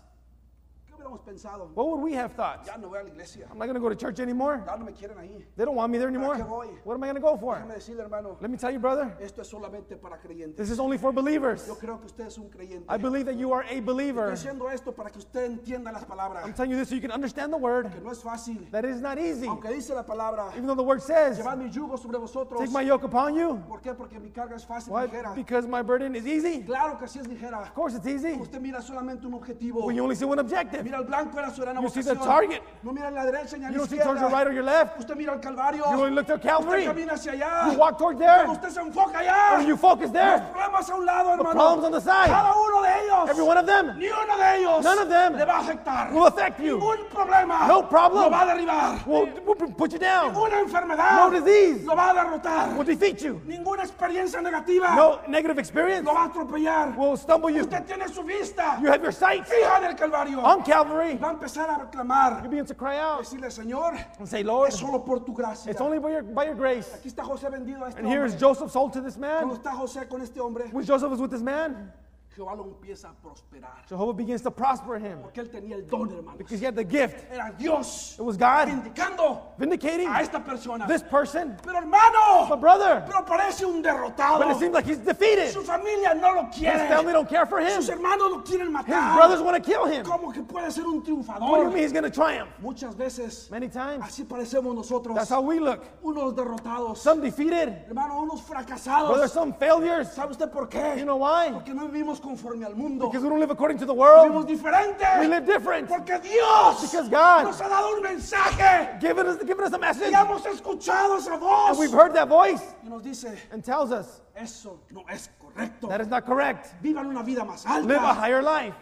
S1: ¿Qué hubiera hubiéramos pensado?
S2: What would we have thought?
S1: Ya no voy a la iglesia.
S2: I'm not going to go to church anymore.
S1: Ya no me quieren ahí.
S2: They don't want me there anymore.
S1: qué voy?
S2: What am I going to go
S1: Déjame
S2: for?
S1: decirle, hermano,
S2: Let me tell you, brother,
S1: esto es solamente para creyentes.
S2: this is only for believers.
S1: Yo creo que usted es un creyente.
S2: I believe that you are a believer.
S1: Estoy haciendo esto para que usted entienda las
S2: I'm
S1: palabras.
S2: telling you this so you can understand the word.
S1: Que no es fácil.
S2: That is not easy.
S1: Aunque dice la palabra,
S2: Even though the word says,
S1: llevad mi yugo sobre vosotros.
S2: take my yoke upon you.
S1: ¿Por qué? Porque mi carga es fácil y
S2: Why?
S1: ligera.
S2: Because my burden is easy. Of
S1: Claro que sí es ligera.
S2: course, it's easy.
S1: Usted mira solamente un objetivo.
S2: When you only see one objective, you
S1: Mira el blanco era su gran
S2: You see the
S1: vocación.
S2: target.
S1: No mira a la derecha ni a la
S2: don't see towards your
S1: izquierda.
S2: right or your left.
S1: Usted mira al Calvario.
S2: You only look to
S1: Usted
S2: Calvary. You
S1: camina hacia allá.
S2: walk toward there.
S1: Usted se enfoca allá.
S2: Or you focus
S1: Los
S2: there.
S1: problemas a un lado, hermano.
S2: problems on the side.
S1: Cada uno de ellos.
S2: Every one of them
S1: Ni uno de ellos.
S2: None of them
S1: le va a afectar.
S2: will affect you.
S1: Ningún problema.
S2: No problem.
S1: Lo va a derribar.
S2: Will, will put you down.
S1: Ninguna enfermedad.
S2: No disease.
S1: Lo va a derrotar.
S2: Will defeat you.
S1: Ninguna experiencia negativa.
S2: No negative experience
S1: Lo va a atropellar.
S2: will stumble you.
S1: Usted tiene su vista.
S2: You have your sights
S1: Fija en el Calvario.
S2: on Calvary.
S1: Va a empezar a reclamar.
S2: You begin to cry out
S1: Decirle, Señor,
S2: and say, Lord,
S1: es solo por tu gracia.
S2: it's only by your, by your grace.
S1: Aquí está José vendido a este
S2: And here is
S1: hombre.
S2: Joseph sold to this
S1: Cuando
S2: man.
S1: está José con este hombre,
S2: When Joseph was with this man,
S1: Jehová lo empieza a prosperar.
S2: Jehovah begins to prosper him
S1: Porque él tenía el don, hermano.
S2: because he had the gift.
S1: Era Dios
S2: It was God
S1: indicando
S2: vindicating
S1: a esta persona.
S2: this person,
S1: Pero hermano,
S2: my brother.
S1: pero parece un derrotado.
S2: But it seems like he's defeated.
S1: Su familia no lo
S2: His family
S1: quiere.
S2: don't care for him.
S1: Sus
S2: His
S1: hermanos lo quieren matar.
S2: brothers want to kill him. What
S1: ¿Cómo que puede ser un
S2: do you
S1: triunfador?
S2: mean he's going to triumph?
S1: Muchas veces
S2: Many times.
S1: así parecemos nosotros,
S2: That's how we look.
S1: unos derrotados,
S2: Some defeated,
S1: hermano, unos
S2: but there's
S1: fracasados.
S2: some failures.
S1: ¿Sabe usted por qué?
S2: You know why?
S1: Porque no vivimos conforme al mundo.
S2: Because we don't live according to the
S1: Vivimos
S2: world.
S1: diferente.
S2: We live different.
S1: Porque Dios
S2: Because God-
S1: nos ha dado un mensaje.
S2: Giving us, giving us a message.
S1: Y hemos escuchado esa voz.
S2: We've heard that voice
S1: Y nos dice,
S2: and tells us
S1: eso no es correcto.
S2: that is not correct.
S1: Vivan una vida más
S2: Live a
S1: alta.
S2: higher life.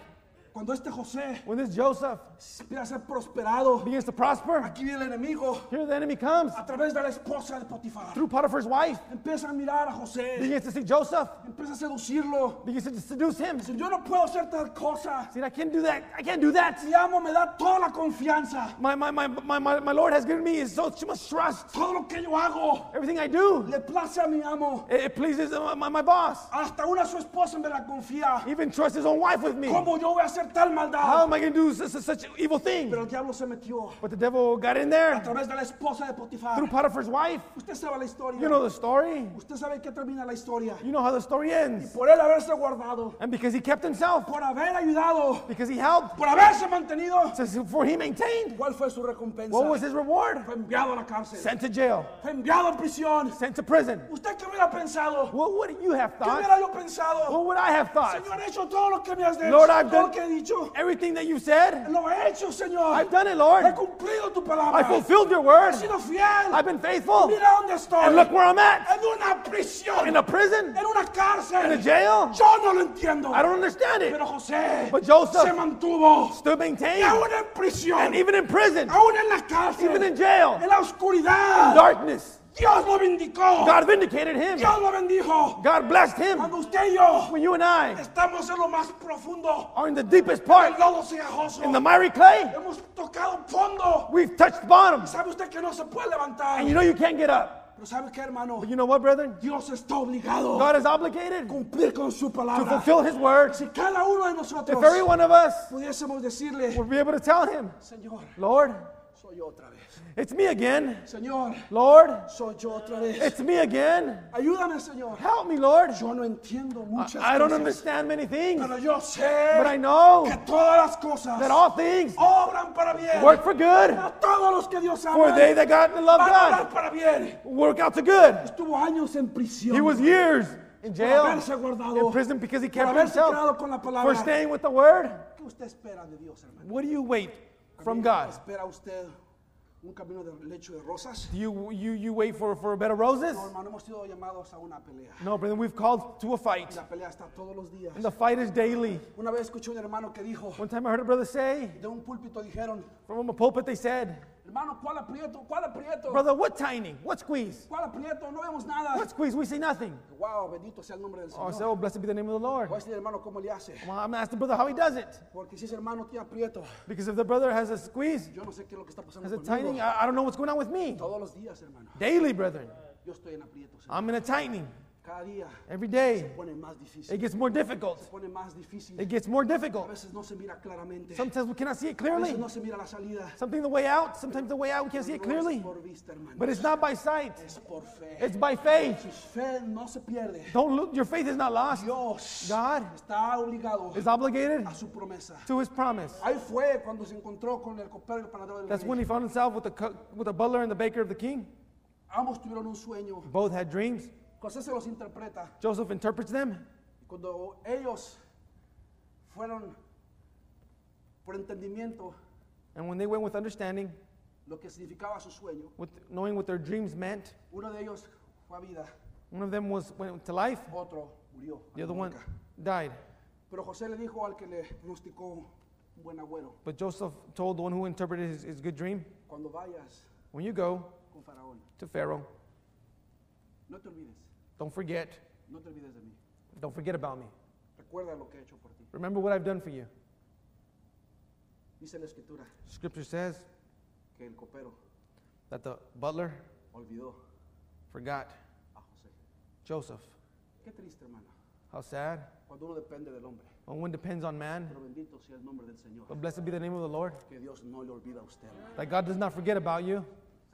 S1: Cuando este José
S2: When this Joseph
S1: empieza a ser prosperado,
S2: begins to prosper,
S1: aquí viene el enemigo
S2: here the enemy comes
S1: a través de la esposa de Potifar.
S2: through Potiphar's wife,
S1: Empieza a mirar a José.
S2: begins to see Joseph,
S1: Empieza a seducirlo.
S2: begins to seduce him.
S1: Dice, yo no puedo hacer tal cosa.
S2: See, I can't do that. I can't do that.
S1: Mi amo me da toda la confianza.
S2: My, my, my, my, my, my Lord has given me is so much trust.
S1: Todo lo que yo hago
S2: Everything I do,
S1: le place a mi amo.
S2: it, it pleases my, my, my boss.
S1: Hasta una su esposa me la confía.
S2: He even trusts his own wife with me.
S1: ¿Cómo yo voy a hacer tal
S2: How
S1: maldad?
S2: am I going to do such, such, such evil thing?
S1: Pero el diablo se metió
S2: But the devil got in
S1: a
S2: there
S1: través de la esposa de
S2: through
S1: Potifar.
S2: Potiphar's wife.
S1: Usted sabe la
S2: You
S1: historia.
S2: know the story.
S1: Usted sabe que termina la historia.
S2: You know how the story ends.
S1: Por él haberse guardado,
S2: And because he kept himself,
S1: por haber ayudado,
S2: because he helped,
S1: por haberse mantenido,
S2: says, for he maintained.
S1: ¿cuál fue su recompensa?
S2: What was his reward?
S1: Fue enviado a la cárcel,
S2: Sent to jail,
S1: fue enviado a prisión.
S2: sent to prison.
S1: ¿Usted qué hubiera pensado?
S2: What would you have
S1: ¿Qué
S2: thought?
S1: hubiera yo pensado?
S2: What would I have thought?
S1: Señor, he hecho todo lo que me has dicho,
S2: Lord, I've
S1: todo lo
S2: done-
S1: que he dicho.
S2: Everything that you said,
S1: Lo he hecho, Señor.
S2: I've done it, Lord.
S1: He cumplido tu
S2: I
S1: palabra.
S2: fulfilled your word.
S1: He sido fiel.
S2: I've been faithful.
S1: Mira dónde estoy.
S2: And look where I'm at.
S1: En una prisión.
S2: In a prison?
S1: en una cárcel.
S2: In a jail?
S1: Yo no lo entiendo.
S2: I don't understand it.
S1: Pero José
S2: But Joseph-
S1: se mantuvo.
S2: Still
S1: Y
S2: maintained.
S1: aún en prisión.
S2: And even in prison,
S1: aún en la cárcel.
S2: even in jail,
S1: en la oscuridad.
S2: darkness,
S1: Dios lo vindicó.
S2: God vindicated him.
S1: Dios lo bendijo.
S2: God blessed him.
S1: Cuando usted y yo
S2: When you and I
S1: estamos en lo más profundo.
S2: are in the deepest
S1: El
S2: part,
S1: lodo cegajoso.
S2: in the miry clay,
S1: Hemos tocado fondo.
S2: we've touched bottom.
S1: Sabe usted que no se puede levantar.
S2: And you know you can't get up.
S1: Pero sabe qué, hermano.
S2: But you know what, brethren?
S1: Dios está obligado
S2: God
S1: a
S2: is obligated to
S1: cumplir con su palabra.
S2: fulfill his word.
S1: Si cada uno de
S2: If
S1: nosotros
S2: every one of us
S1: pudiésemos decirle,
S2: would be able to tell him,
S1: Señor,
S2: Lord,
S1: soy yo otra vez.
S2: it's me again.
S1: Señor,
S2: Lord,
S1: soy yo otra vez.
S2: it's me again.
S1: Ayúdame, Señor.
S2: Help me, Lord.
S1: Yo no entiendo muchas
S2: I don't
S1: cosas,
S2: understand many things,
S1: pero yo
S2: but I
S1: sé
S2: know
S1: que todas las cosas
S2: that all things
S1: obran para bien.
S2: work for good
S1: A todos los que Dios ama
S2: for they that God and love
S1: van a obrar
S2: God.
S1: para bien.
S2: Work out to good.
S1: Estuvo años en prisión
S2: He was years in
S1: por
S2: jail,
S1: haberse guardado,
S2: in prison because he
S1: por
S2: kept
S1: haberse quedado
S2: himself
S1: con la
S2: for
S1: palabra.
S2: staying with the word.
S1: ¿Qué usted espera de Dios, hermano?
S2: What do you wait from God?
S1: ¿Espera usted un camino de lecho de rosas?
S2: Do you you you wait for for a bed of roses?
S1: No, hermano, hemos sido llamados a una pelea.
S2: No, brother. We've called to a
S1: Y
S2: fight,
S1: La pelea está todos los días.
S2: and the fight is daily.
S1: Una vez escuché un hermano que dijo,
S2: One time I heard a brother say
S1: de un púlpito dijeron,
S2: from a pulpit, they said,
S1: hermano, ¿cuál aprieto? ¿Cuál aprieto?
S2: "Brother, what tiny? What squeeze?
S1: ¿Cuál aprieto? No vemos nada.
S2: What squeeze? We see nothing."
S1: Wow, bendito sea el nombre del
S2: Oh, I
S1: Señor.
S2: said, "Oh, blessed be the name of the Lord."
S1: Voy a decir, hermano, ¿cómo le hace?
S2: Well, I'm asking brother how he does it
S1: Porque si ese hermano tiene aprieto,
S2: because if the brother has a squeeze,
S1: yo no sé qué es lo que está pasando
S2: has a
S1: conmigo.
S2: tightening, I, I don't know what's going on with me.
S1: Todos los días, hermano,
S2: Daily, brethren,
S1: yo estoy en aprietos. hermano.
S2: I'm in a tightening.
S1: Cada día
S2: Every day,
S1: se pone más difícil.
S2: it gets more difficult.
S1: Se pone más difícil.
S2: It gets more
S1: A
S2: difficult.
S1: veces no se mira claramente.
S2: Sometimes we cannot see it
S1: A
S2: clearly.
S1: veces no se mira la salida.
S2: Something the way out, sometimes the way out, we can't see
S1: Pero
S2: it
S1: no es
S2: clearly.
S1: por vista, hermano.
S2: But it's not by sight,
S1: Es por fe.
S2: it's by faith.
S1: Su fe no se pierde.
S2: Don't look, your faith is not lost.
S1: Dios
S2: God
S1: está obligado
S2: is obligated
S1: a su promesa.
S2: to his promise.
S1: Ahí fue cuando se encontró con el copero y el panadero del
S2: That's
S1: rey.
S2: when he found himself with the, co- with the butler and the baker of the king.
S1: Ambos tuvieron un sueño.
S2: Both had dreams.
S1: José se los interpreta.
S2: Joseph interprets them.
S1: Cuando ellos fueron por entendimiento
S2: And when they went with understanding,
S1: lo que significaba su sueño,
S2: with knowing what their dreams meant,
S1: uno de ellos fue a vida,
S2: one of them was went to life,
S1: otro murió. a
S2: the other
S1: la
S2: one
S1: boca.
S2: died.
S1: Pero José le dijo al que le pronosticó un buen agüero,
S2: But Joseph told the one who interpreted his, his good dream,
S1: cuando vayas
S2: When you go
S1: con Faraón,
S2: to Pharaoh,
S1: no te olvides,
S2: don't forget,
S1: no te olvides de mí.
S2: don't forget about me.
S1: Recuerda lo que he hecho por ti.
S2: Remember what I've done for you.
S1: Dice la escritura
S2: Scripture says
S1: que el copero
S2: that the butler
S1: olvidó
S2: forgot
S1: a José.
S2: Joseph.
S1: Qué triste, hermano,
S2: How sad.
S1: cuando uno depende del hombre.
S2: When one depends on man,
S1: Pero bendito sea el nombre del Señor.
S2: but blessed be the name of the Lord,
S1: Que Dios no le olvida a usted. hermano.
S2: that God does not forget about you.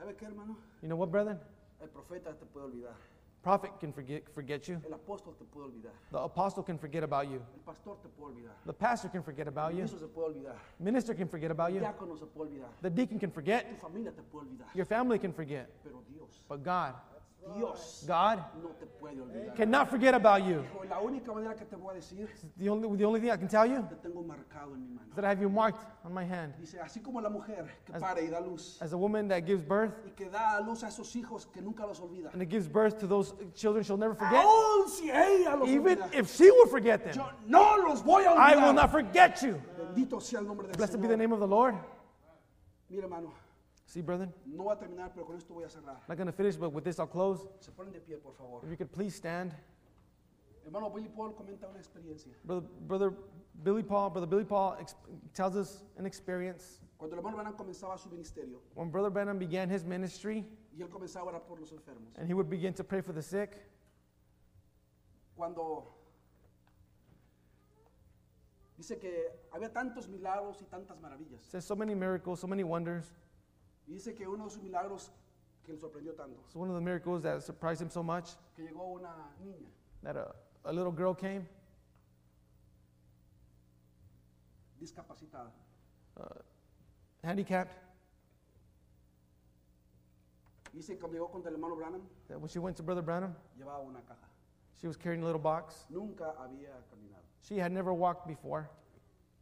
S1: ¿Sabe qué, hermano?
S2: You know what, brethren?
S1: El profeta te puede olvidar.
S2: Prophet can forget, forget you.
S1: El apóstol te puede olvidar.
S2: The apostle can forget about you.
S1: El pastor te puede olvidar.
S2: The pastor can forget about
S1: El
S2: you.
S1: ministro se puede olvidar.
S2: Minister can forget about
S1: El
S2: you.
S1: diácono se puede olvidar.
S2: The deacon can forget.
S1: Tu familia te puede olvidar.
S2: Your family can forget.
S1: Pero Dios,
S2: But God,
S1: Dios
S2: God
S1: no te puede olvidar.
S2: cannot forget about you.
S1: Hijo, La única manera que te voy a decir,
S2: The only, the only thing I can tell you
S1: te tengo marcado en mi mano.
S2: is that I have you marked on my hand.
S1: Dice, así como la mujer que pare y da luz.
S2: As a woman that gives birth,
S1: Y que da a luz a esos hijos que nunca los olvida.
S2: and it gives birth to those children she'll never forget,
S1: Aún si ella los
S2: even
S1: olvida,
S2: if she would forget them,
S1: yo no los voy a
S2: I
S1: olvidar.
S2: will not forget you.
S1: Bendito sea el nombre del
S2: Blessed be
S1: Señor.
S2: the name of the Lord.
S1: Mira, hermano,
S2: See, brethren,
S1: no va a terminar, pero con esto voy a cerrar.
S2: I'm not going to finish, but with this I'll close.
S1: Se ponen de pie, por favor.
S2: If you could please stand.
S1: Hermano Billy Paul comenta una experiencia.
S2: Brother, brother Billy Paul, brother Billy Paul ex- tells us an experience
S1: Cuando el hermano Branham comenzaba su ministerio
S2: when brother Branham began his ministry,
S1: y él comenzaba a orar por los enfermos.
S2: and he would begin to pray for the sick.
S1: Cuando dice que había tantos milagros y tantas maravillas.
S2: Says so many miracles, so many wonders.
S1: Y dice que uno de sus milagros que le sorprendió tanto,
S2: It's one of the miracles that surprised him so much
S1: que llegó una niña
S2: that a, a little girl came,
S1: discapacitada.
S2: handicapped.
S1: Y dice que cuando llegó con el hermano Branham,
S2: That when she went to brother Branham,
S1: llevaba una caja.
S2: she was carrying a little box.
S1: Nunca había caminado.
S2: She had never walked before.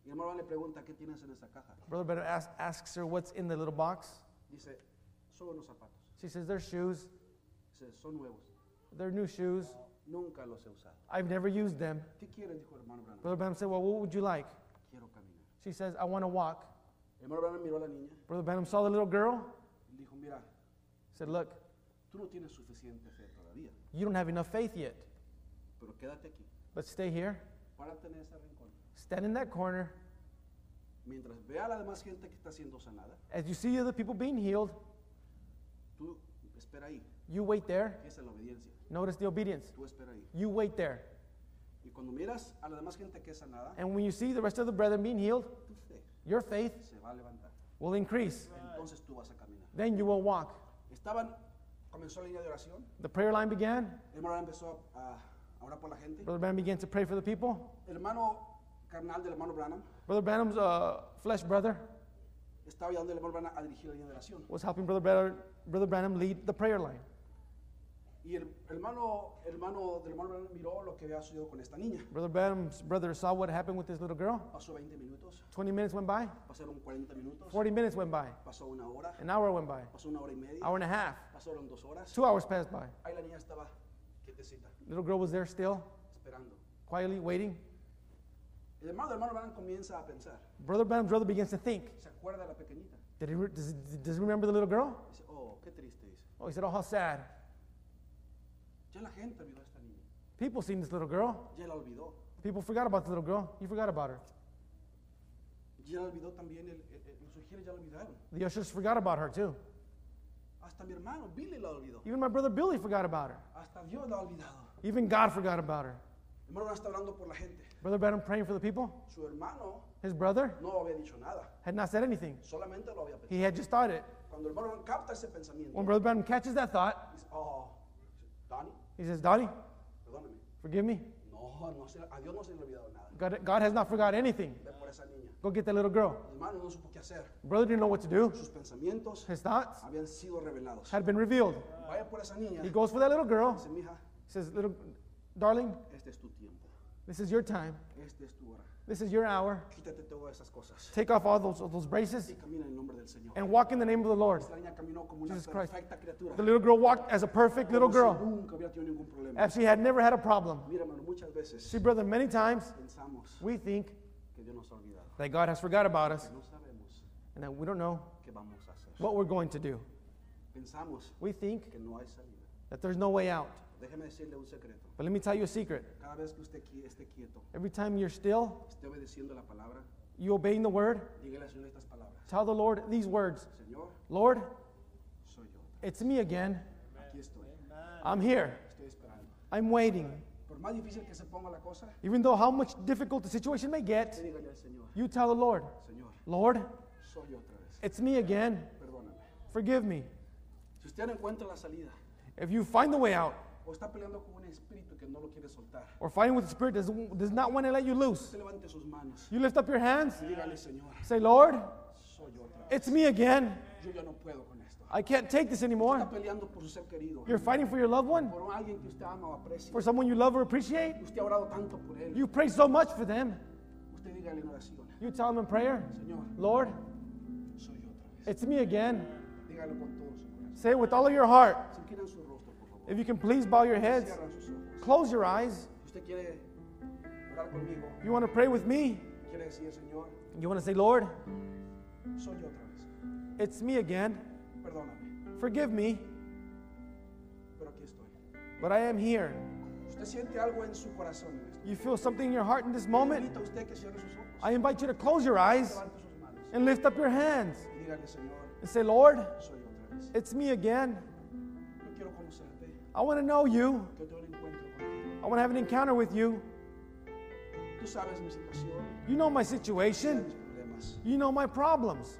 S1: Y el hermano Branham le pregunta, ¿qué tienes en esa caja?
S2: Brother Branham asks, asks her what's in the little box.
S1: Dice, son unos zapatos.
S2: She says, They're shoes.
S1: Dice, son nuevos.
S2: They're new shoes.
S1: Nunca los he usado.
S2: I've never used them.
S1: ¿Qué quieres? Dijo el hermano Branham.
S2: Brother Branham said, Well, what would you like?
S1: Quiero caminar.
S2: She says, I want to walk.
S1: El hermano Branham miró a la niña
S2: Brother Branham saw the little girl.
S1: y dijo, mira,
S2: He said, Look,
S1: tú no tienes suficiente fe todavía,
S2: you don't have enough faith yet,
S1: pero quédate aquí.
S2: but stay here.
S1: Párate en ese rincón.
S2: Stand in that corner.
S1: Mientras vea a la demás gente que está siendo sanada,
S2: As you see other people being healed,
S1: tú espera ahí.
S2: you wait there.
S1: Esa es la obediencia.
S2: Notice the obedience.
S1: Tú espera ahí.
S2: You wait there.
S1: Y cuando miras a la demás gente que es sanada,
S2: And when you see the rest of the brethren being healed,
S1: tu fe
S2: your faith
S1: se va a levantar.
S2: will increase.
S1: Entonces tú vas a caminar.
S2: Then you will walk.
S1: Estaban, comenzó la línea de oración.
S2: The prayer line began.
S1: El hermano Branham empezó a, a orar por la gente.
S2: Brother Branham began to pray for the people.
S1: El hermano carnal del hermano Branham
S2: Brother Branham's uh, flesh brother
S1: estaba ayudando al hermano Branham a dirigir la línea de oración.
S2: was helping Brother, Brother, Brother Branham lead the prayer line.
S1: Y el hermano, hermano del hermano Branham miró lo que había sucedido con esta niña.
S2: Brother Branham's brother saw what happened with this little girl.
S1: Pasó 20 minutos,
S2: 20 minutes went by.
S1: pasaron 40 minutos,
S2: 40 minutes went by.
S1: pasó una hora,
S2: An hour went by.
S1: pasó una hora y media,
S2: Hour and a half.
S1: pasaron dos horas.
S2: Two hours passed by.
S1: Ahí la niña estaba quietecita,
S2: Little girl was there still,
S1: esperando.
S2: quietly waiting.
S1: El hermano del hermano Branham comienza a pensar.
S2: Brother Branham's brother begins to think.
S1: Se acuerda de la pequeñita.
S2: Did he re- does, does he remember the little girl?
S1: Dice, oh, qué triste dice.
S2: Oh, he said, Oh, how sad.
S1: Ya la gente olvidó a esta niña.
S2: People seen this little girl.
S1: Ya la olvidó.
S2: People forgot about the little girl. You forgot about her.
S1: Ya la olvidó también, el, el- el- los sugieres ya la olvidaron.
S2: The ushers forgot about her, too.
S1: Hasta mi hermano Billy la olvidó.
S2: Even my brother Billy forgot about her.
S1: Hasta Dios la ha olvidado.
S2: Even God forgot about her.
S1: Hermano Branham está hablando por la gente.
S2: Brother Branham praying for the people.
S1: Su hermano
S2: His brother
S1: no había dicho nada,
S2: had not said anything.
S1: solamente lo había pensado.
S2: He had just thought it.
S1: Cuando el hermano Branham capta ese pensamiento,
S2: When Brother Branham catches that thought,
S1: dice, oh, Dani,
S2: he says, Donnie,
S1: perdóname.
S2: forgive me.
S1: No, no se- a Dios no se le ha olvidado nada.
S2: God, God has not forgot anything.
S1: Ve por esa niña.
S2: Go get that little girl.
S1: El hermano no supo qué hacer.
S2: Brother didn't know what to do.
S1: Sus pensamientos
S2: His thoughts
S1: habían sido revelados.
S2: had been revealed.
S1: Vaya por esa niña.
S2: He goes for that little girl.
S1: Dice, mija,
S2: He says, little darling,
S1: este es tu tiempo.
S2: this is your time.
S1: Este es tu hora.
S2: This is your hour.
S1: Quítate todas esas cosas.
S2: Take off all those, those braces
S1: Y camina en el nombre del Señor.
S2: and walk in the name of the Lord.
S1: Esta niña caminó como una
S2: Jesus Christ.
S1: perfecta criatura.
S2: The little girl walked as a perfect little
S1: Como si
S2: girl,
S1: Nunca había tenido ningún problema.
S2: as she had never had a problem.
S1: Mira, hermano, muchas veces
S2: See, brother, many times
S1: pensamos
S2: we think
S1: que Dios nos ha olvidado.
S2: that God has forgot about us
S1: No sabemos
S2: and that we don't know
S1: qué vamos a hacer.
S2: what we're going to do.
S1: Pensamos
S2: We think
S1: que no hay salida.
S2: that there's no way out.
S1: Déjeme decirle un secreto.
S2: But let me tell you a secret.
S1: Cada vez que usted qui- esté quieto,
S2: Every time you're still,
S1: esté obedeciendo la palabra,
S2: you obeying the word,
S1: dígale al Señor estas palabras.
S2: tell the Lord these words
S1: Señor,
S2: Lord,
S1: soy yo.
S2: it's me again.
S1: Aquí estoy.
S2: I'm here.
S1: Estoy esperando.
S2: I'm waiting.
S1: Por más difícil que se ponga la cosa,
S2: Even though how much difficult the situation may get,
S1: usted dígale al Señor.
S2: you tell the Lord,
S1: Señor,
S2: Lord,
S1: soy yo otra vez.
S2: it's me again.
S1: Perdóname.
S2: Forgive me.
S1: Si usted no encuentra la salida
S2: If you find the way out
S1: o está peleando con un espíritu que no lo quiere soltar,
S2: or fighting with the Spirit does, does not want to let you loose,
S1: usted levante sus manos
S2: you lift up your hands,
S1: y dígale, Señor,
S2: say, Lord,
S1: soy yo otra vez.
S2: it's me again.
S1: Yo ya no puedo con esto.
S2: I can't take this
S1: Usted
S2: anymore.
S1: está peleando por su ser querido,
S2: You're fighting for your loved one,
S1: por alguien que usted ama o aprecia.
S2: for someone you love or appreciate.
S1: Usted ha orado tanto por él.
S2: You pray so much for them.
S1: Usted dígale en oración,
S2: You tell them in prayer,
S1: Señor,
S2: Lord,
S1: soy yo otra vez.
S2: it's me again.
S1: Dígalo con todo su corazón.
S2: Say it with all of your heart.
S1: Si quieren su rostro, por favor.
S2: If you can please bow your heads,
S1: Cierran sus ojos.
S2: close your eyes.
S1: Si usted quiere orar conmigo,
S2: You want to pray with me?
S1: quiere decir, Señor,
S2: You want to say, Lord,
S1: soy yo otra vez.
S2: it's me again.
S1: Perdóname,
S2: Forgive me,
S1: pero aquí estoy.
S2: but I am here.
S1: Usted siente algo en su corazón en esto.
S2: You feel something in your heart in this moment?
S1: Invito a usted que cierre sus ojos.
S2: I invite you to close your eyes
S1: Levante sus manos
S2: and lift up your hands
S1: y dígale, Señor,
S2: and say, Lord,
S1: soy yo otra vez.
S2: it's me again.
S1: Yo quiero conocerte.
S2: I want to know you.
S1: Yo tengo un encuentro contigo.
S2: I want to have an encounter with you.
S1: Tú sabes mi situación,
S2: You know my
S1: sabes
S2: situation.
S1: mis problemas.
S2: You know my problemas.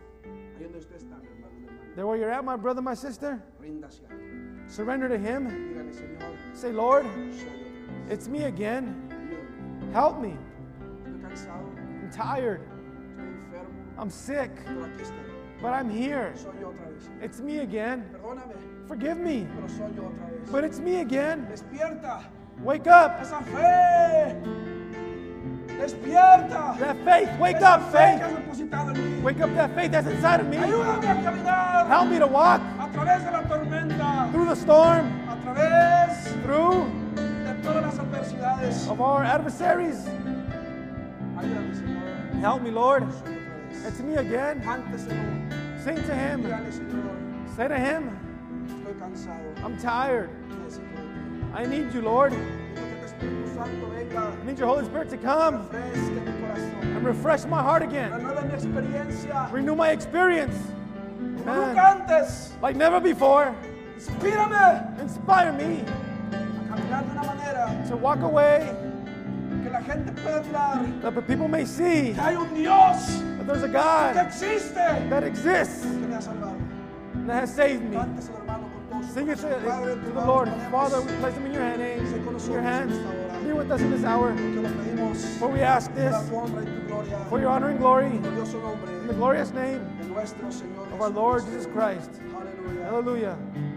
S1: Ahí donde usted está, mi hermano, mi hermana.
S2: There where you're at, my brother, my sister,
S1: Ríndase a él.
S2: surrender to Him.
S1: Dígale, Señor,
S2: Say, Lord,
S1: soy yo otra vez.
S2: it's me again.
S1: Ayúdame.
S2: Help me.
S1: Estoy cansado,
S2: I'm tired.
S1: estoy enfermo,
S2: I'm sick,
S1: pero aquí estoy.
S2: but I'm here.
S1: Soy yo otra vez.
S2: It's me again.
S1: Perdóname,
S2: Forgive me,
S1: pero soy yo otra vez.
S2: but it's me again.
S1: Despierta
S2: Wake up.
S1: esa fe. Despierta.
S2: That faith. Wake
S1: Esa
S2: up,
S1: fe que
S2: faith.
S1: has depositado en mí.
S2: Wake up that faith that's inside of me.
S1: Ayúdame a caminar
S2: Help me to walk
S1: a través de la tormenta,
S2: through the storm,
S1: a través
S2: through
S1: de todas las adversidades. Oh,
S2: of our adversaries.
S1: Ayúdame, Señor.
S2: Help me, Lord.
S1: Soy otra vez.
S2: It's me again.
S1: Cánteselo.
S2: Sing to Him.
S1: Dígale, Señor,
S2: Say to Him,
S1: estoy cansado.
S2: I'm tired.
S1: Necesito de ti.
S2: I need you, Lord.
S1: Digo que tu Espíritu Santo venga,
S2: I need your Holy Spirit to come
S1: refresque mi corazón.
S2: and refresh my heart again.
S1: Renueva mi experiencia.
S2: Renew my experience.
S1: Como nunca
S2: Amen.
S1: antes.
S2: Like never before.
S1: Inspírame a
S2: Inspire me
S1: caminar de una manera
S2: to walk away
S1: que la gente pueda mirar
S2: that the people may see
S1: que hay un Dios
S2: that there's a
S1: que
S2: God
S1: existe
S2: that exists
S1: que me ha salvado.
S2: and that has saved me.
S1: Cántese, hermano, con todo su
S2: Sing it to,
S1: corazón. Padre, en
S2: to
S1: tus
S2: the
S1: manos
S2: Lord.
S1: ponemos
S2: Father, we place them in your hand, eh? your hands. Be with us in this hour.
S1: lo que le pedimos
S2: For we ask
S1: para
S2: this
S1: tu honra y tu gloria.
S2: for your honor and glory
S1: Por Dios, su
S2: in the
S1: nombre,
S2: glorious name
S1: de nuestro Señor
S2: of our Lord Jesus
S1: Jesucristo.
S2: Christ.
S1: Aleluya.
S2: Hallelujah.